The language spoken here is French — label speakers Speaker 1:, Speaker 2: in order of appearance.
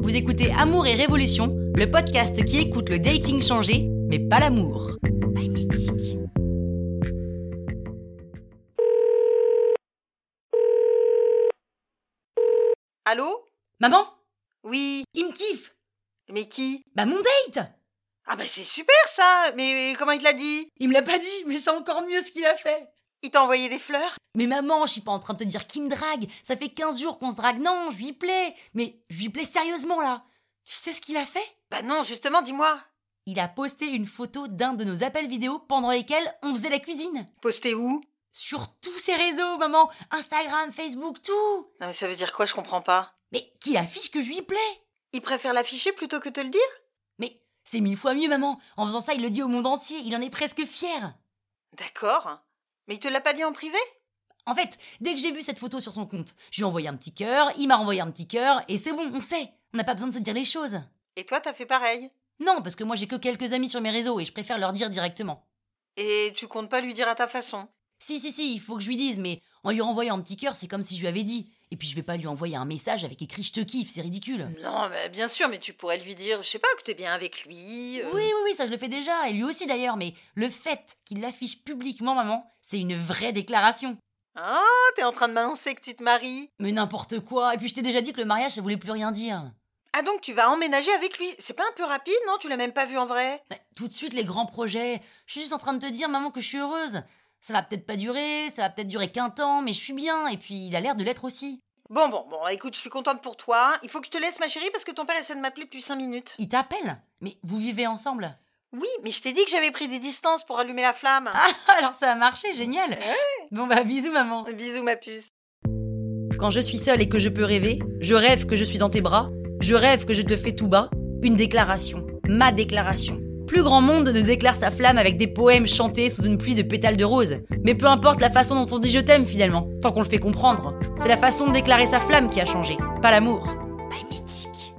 Speaker 1: Vous écoutez Amour et Révolution, le podcast qui écoute le dating changé, mais pas l'amour. By Mexique.
Speaker 2: Allô
Speaker 1: Maman,
Speaker 2: Oui,
Speaker 1: il me kiffe
Speaker 2: mais qui
Speaker 1: Bah mon date
Speaker 2: Ah bah c'est super ça Mais comment il te l'a dit
Speaker 1: Il me l'a pas dit, mais c'est encore mieux ce qu'il a fait
Speaker 2: Il t'a envoyé des fleurs
Speaker 1: Mais maman, je suis pas en train de te dire qu'il me drague. Ça fait 15 jours qu'on se drague. Non, je lui plais. Mais je lui plais sérieusement là. Tu sais ce qu'il a fait
Speaker 2: Bah non, justement, dis-moi.
Speaker 1: Il a posté une photo d'un de nos appels vidéo pendant lesquels on faisait la cuisine.
Speaker 2: Posté où
Speaker 1: Sur tous ses réseaux, maman. Instagram, Facebook, tout.
Speaker 2: Non mais ça veut dire quoi, je comprends pas.
Speaker 1: Mais qu'il affiche que je lui plais.
Speaker 2: Il préfère l'afficher plutôt que te le dire
Speaker 1: Mais c'est mille fois mieux, maman. En faisant ça, il le dit au monde entier. Il en est presque fier.
Speaker 2: D'accord. Mais il te l'a pas dit en privé
Speaker 1: En fait, dès que j'ai vu cette photo sur son compte, je lui ai envoyé un petit cœur, il m'a renvoyé un petit cœur, et c'est bon, on sait. On n'a pas besoin de se dire les choses.
Speaker 2: Et toi, t'as fait pareil.
Speaker 1: Non, parce que moi j'ai que quelques amis sur mes réseaux et je préfère leur dire directement.
Speaker 2: Et tu comptes pas lui dire à ta façon
Speaker 1: Si, si, si, il faut que je lui dise, mais en lui renvoyant un petit cœur, c'est comme si je lui avais dit. Et puis je vais pas lui envoyer un message avec écrit je te kiffe, c'est ridicule.
Speaker 2: Non, mais bien sûr, mais tu pourrais lui dire, je sais pas, que t'es bien avec
Speaker 1: Oui,
Speaker 2: lui. euh.
Speaker 1: oui, oui, ça je le fais déjà, et lui aussi d'ailleurs, mais le fait qu'il l'affiche publiquement, maman, c'est une vraie déclaration.
Speaker 2: Ah, t'es en train de m'annoncer que tu te maries.
Speaker 1: Mais n'importe quoi, et puis je t'ai déjà dit que le mariage ça voulait plus rien dire.
Speaker 2: Ah donc tu vas emménager avec lui C'est pas un peu rapide, non Tu l'as même pas vu en vrai
Speaker 1: Bah, tout de suite les grands projets, je suis juste en train de te dire, maman, que je suis heureuse. Ça va peut-être pas durer, ça va peut-être durer qu'un temps, mais je suis bien, et puis il a l'air de l'être aussi.
Speaker 2: Bon, bon, bon, écoute, je suis contente pour toi. Il faut que je te laisse, ma chérie, parce que ton père essaie de m'appeler depuis 5 minutes.
Speaker 1: Il t'appelle Mais vous vivez ensemble
Speaker 2: Oui, mais je t'ai dit que j'avais pris des distances pour allumer la flamme.
Speaker 1: Ah, alors ça a marché, génial Bon bah bisous maman
Speaker 2: Bisous, ma puce.
Speaker 1: Quand je suis seule et que je peux rêver, je rêve que je suis dans tes bras, je rêve que je te fais tout bas, une déclaration, ma déclaration. Plus grand monde ne déclare sa flamme avec des poèmes chantés sous une pluie de pétales de rose. Mais peu importe la façon dont on dit je t'aime finalement, tant qu'on le fait comprendre. C'est la façon de déclarer sa flamme qui a changé, pas l'amour. Pas mythique